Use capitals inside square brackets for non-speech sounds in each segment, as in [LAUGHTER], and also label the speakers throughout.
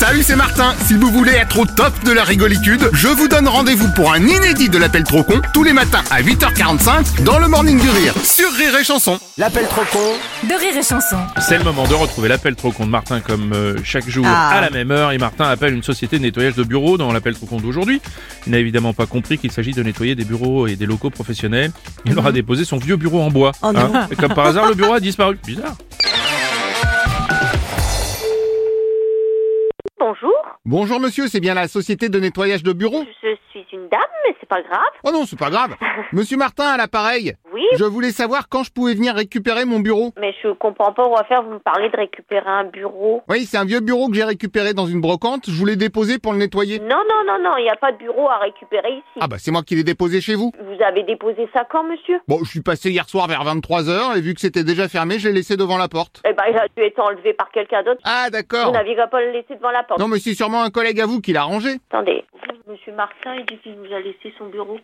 Speaker 1: Salut, c'est Martin. Si vous voulez être au top de la rigolitude, je vous donne rendez-vous pour un inédit de l'appel trop con tous les matins à 8h45 dans le Morning du Rire sur Rire et Chanson.
Speaker 2: L'appel trop con
Speaker 3: de rire et chanson.
Speaker 4: C'est le moment de retrouver l'appel trop con de Martin comme euh, chaque jour
Speaker 3: Ah.
Speaker 4: à la même heure. Et Martin appelle une société de nettoyage de bureaux dans l'appel trop con d'aujourd'hui. Il n'a évidemment pas compris qu'il s'agit de nettoyer des bureaux et des locaux professionnels. Il leur a déposé son vieux bureau en bois. Hein. Et comme par hasard, le bureau a disparu. Bizarre.
Speaker 5: Bonjour,
Speaker 1: Bonjour monsieur, c'est bien la société de nettoyage de bureaux
Speaker 5: je suis une dame, mais c'est pas grave.
Speaker 1: Oh non, c'est pas grave. Monsieur Martin à l'appareil.
Speaker 5: Oui,
Speaker 1: Je voulais savoir quand je pouvais venir récupérer mon bureau.
Speaker 5: mais je comprends pas pourquoi faire vous me parlez de récupérer un bureau.
Speaker 1: Oui, c'est un vieux bureau que j'ai récupéré dans une brocante. Je voulais déposer pour le nettoyer.
Speaker 5: Non, non, non, non, il n'y a pas de bureau à récupérer ici.
Speaker 1: Ah bah c'est moi qui l'ai déposé chez vous.
Speaker 5: Vous avez déposé ça quand, monsieur
Speaker 1: Bon, je suis passé hier soir vers 23h et vu que c'était déjà fermé, je l'ai laissé devant la porte.
Speaker 5: Eh ben, il a dû être enlevé par quelqu'un d'autre.
Speaker 1: Ah
Speaker 5: Vous
Speaker 1: d'accord.
Speaker 5: n'aviez qu'à pas le laisser devant la porte.
Speaker 1: Non mais c'est sûrement un collègue à vous qui l'a rangé.
Speaker 5: Attendez, monsieur Martin, il dit qu'il vous a laissé son bureau.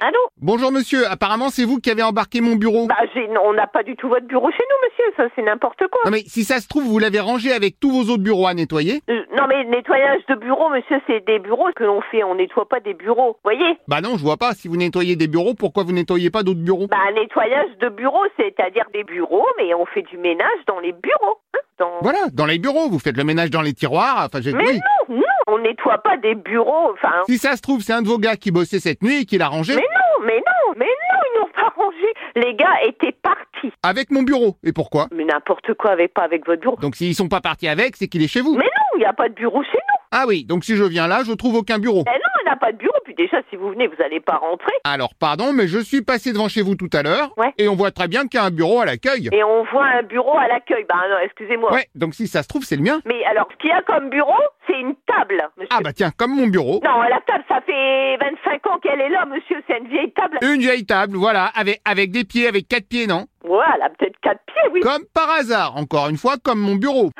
Speaker 5: Allô
Speaker 1: Bonjour monsieur, apparemment c'est vous qui avez embarqué mon bureau.
Speaker 5: Ah Bah, j'ai- non, on n'a pas du tout votre bureau chez nous, monsieur, ça c'est n'importe quoi.
Speaker 1: Non mais si ça se trouve, vous l'avez rangé avec tous vos autres bureaux à nettoyer.
Speaker 5: Euh, Non mais nettoyage de bureau, monsieur, c'est des bureaux que l'on fait, on nettoie pas des bureaux, voyez
Speaker 1: Bah non, je vois pas. Si vous nettoyez des bureaux, pourquoi vous nettoyez pas d'autres bureaux
Speaker 5: Bah, un nettoyage de bureau, c'est-à-dire des bureaux, mais on fait du ménage dans les bureaux. hein, dans-
Speaker 1: Voilà, dans les bureaux, vous faites le ménage dans les tiroirs. Enfin, j'ai...
Speaker 5: Mais
Speaker 1: oui.
Speaker 5: non, non, on nettoie pas des bureaux. Enfin,
Speaker 1: Si ça se trouve, c'est un de vos gars qui bossait cette nuit et qui l'a rangé
Speaker 5: mais non, mais non, mais non, ils n'ont pas rangé. Les gars étaient partis.
Speaker 1: avec mon bureau. Et pourquoi
Speaker 5: Mais n'importe quoi, avec pas avec votre bureau.
Speaker 1: Donc s'ils sont pas partis avec, c'est qu'il est chez vous.
Speaker 5: Mais non, il n'y a pas de bureau chez nous.
Speaker 1: Ah oui, donc si je viens là, je trouve aucun bureau.
Speaker 5: Mais Bah non, on n'a pas de bureau. Puis déjà, si vous venez, vous n'allez pas rentrer.
Speaker 1: Alors pardon, mais je suis passé devant chez vous tout à l'heure
Speaker 5: Ouais.
Speaker 1: et on voit très bien qu'il y a un bureau à l'accueil.
Speaker 5: Et on voit un bureau à l'accueil. Bah non, excusez-moi.
Speaker 1: Ouais, donc si ça se trouve, c'est le mien.
Speaker 5: Mais alors, ce qu'il y a comme bureau, c'est une table, monsieur.
Speaker 1: Ah bah tiens, comme mon bureau.
Speaker 5: Non, la table, ça fait 25 ans qu'elle est là, monsieur. C'est une vieille table.
Speaker 1: Une vieille table, voilà, avec, avec des pieds, avec quatre pieds, non
Speaker 5: Ouais, elle a peut-être quatre pieds, oui.
Speaker 1: Comme par hasard, encore une fois, comme mon bureau.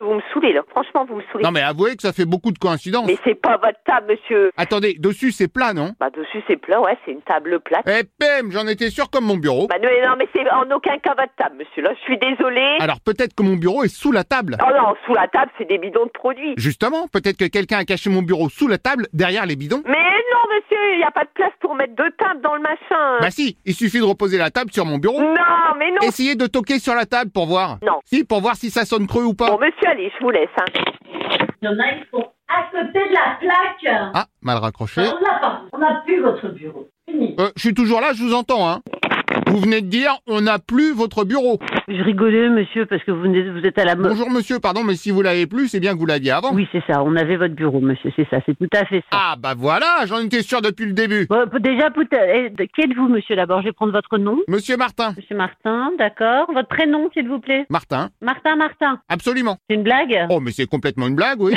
Speaker 5: Vous me saoulez, là. Franchement, vous me saoulez.
Speaker 1: Non mais avouez que ça fait beaucoup de coïncidences.
Speaker 5: Mais c'est pas votre table, monsieur.
Speaker 1: Attendez, dessus c'est plat, non
Speaker 5: Bah, dessus, c'est plat, ouais, c'est une table plate.
Speaker 1: Eh pem, j'en étais sûr comme mon bureau.
Speaker 5: Bah, non, mais non, mais c'est en aucun cas votre table, monsieur. Là, je suis désolée.
Speaker 1: Alors peut-être que mon bureau est sous la table.
Speaker 5: Oh non, sous la table, c'est des bidons de produits.
Speaker 1: Justement, peut-être que quelqu'un a caché mon bureau sous la table, derrière les bidons.
Speaker 5: Mais non, monsieur, il n'y a pas de place pour mettre deux tables dans le machin.
Speaker 1: Bah si, il suffit de reposer la table sur mon bureau.
Speaker 5: Non, mais non.
Speaker 1: Essayez de toquer sur la table pour voir.
Speaker 5: Non.
Speaker 1: Si, pour voir si ça sonne creux ou pas.
Speaker 5: Bon, monsieur, allez, je vous laisse, hein.
Speaker 6: Il y en a, ils sont à côté de la plaque.
Speaker 1: Ah, mal raccroché.
Speaker 6: On n'a pas. On n'a plus votre bureau. Fini.
Speaker 1: Euh, je suis toujours là, je vous entends, hein. Vous venez de dire, on n'a plus votre bureau.
Speaker 7: Je rigolais, monsieur, parce que vous, venez- vous êtes à la mode.
Speaker 1: Bonjour monsieur, pardon, mais si vous l'avez plus, c'est bien que vous l'aviez avant.
Speaker 7: Oui, c'est ça. On avait votre bureau, monsieur. C'est ça. C'est tout à fait ça.
Speaker 1: Ah bah voilà, j'en étais sûr depuis le début.
Speaker 7: Bon, peut- déjà, peut- eh, de- qui êtes-vous, monsieur, d'abord Je vais prendre votre nom.
Speaker 1: Monsieur Martin.
Speaker 7: Monsieur Martin, d'accord. Votre prénom, s'il vous plaît.
Speaker 1: Martin,
Speaker 7: Martin, Martin.
Speaker 1: absolument.
Speaker 7: C'est une blague
Speaker 1: Oh mais c'est complètement une blague,
Speaker 7: [LAUGHS]
Speaker 1: oui.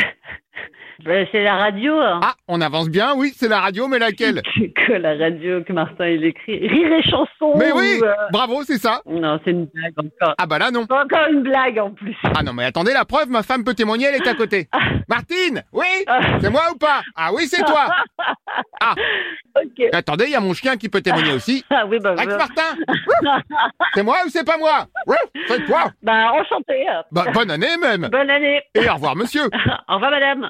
Speaker 7: Euh, C'est la radio. hein.
Speaker 1: Ah, on avance bien, oui, c'est la radio, mais laquelle
Speaker 7: [LAUGHS] C'est que la radio que Martin, il écrit. Rire et chanson.
Speaker 1: Mais oui,
Speaker 7: ou, euh,
Speaker 1: bravo, c'est ça.
Speaker 7: Non, c'est une blague encore.
Speaker 1: Ah bah là non.
Speaker 7: Encore une blague, en plus. [LAUGHS]
Speaker 1: Ah non, mais attendez, la preuve, ma femme peut témoigner, elle est à côté. Martine, oui
Speaker 7: Ah.
Speaker 1: C'est moi ou pas Ah oui, c'est
Speaker 7: [LAUGHS]
Speaker 1: toi. Ah,
Speaker 7: Ok.
Speaker 1: Attendez, il y a mon chien qui peut témoigner aussi.
Speaker 7: Ah oui, bah,
Speaker 1: Max
Speaker 7: bah,
Speaker 1: Martin C'est moi ou c'est pas moi Oui, c'est toi.
Speaker 7: bah, enchanté.
Speaker 1: Bah, bonne année même.
Speaker 7: Bonne année.
Speaker 1: Et au revoir, monsieur.
Speaker 7: Au revoir, madame.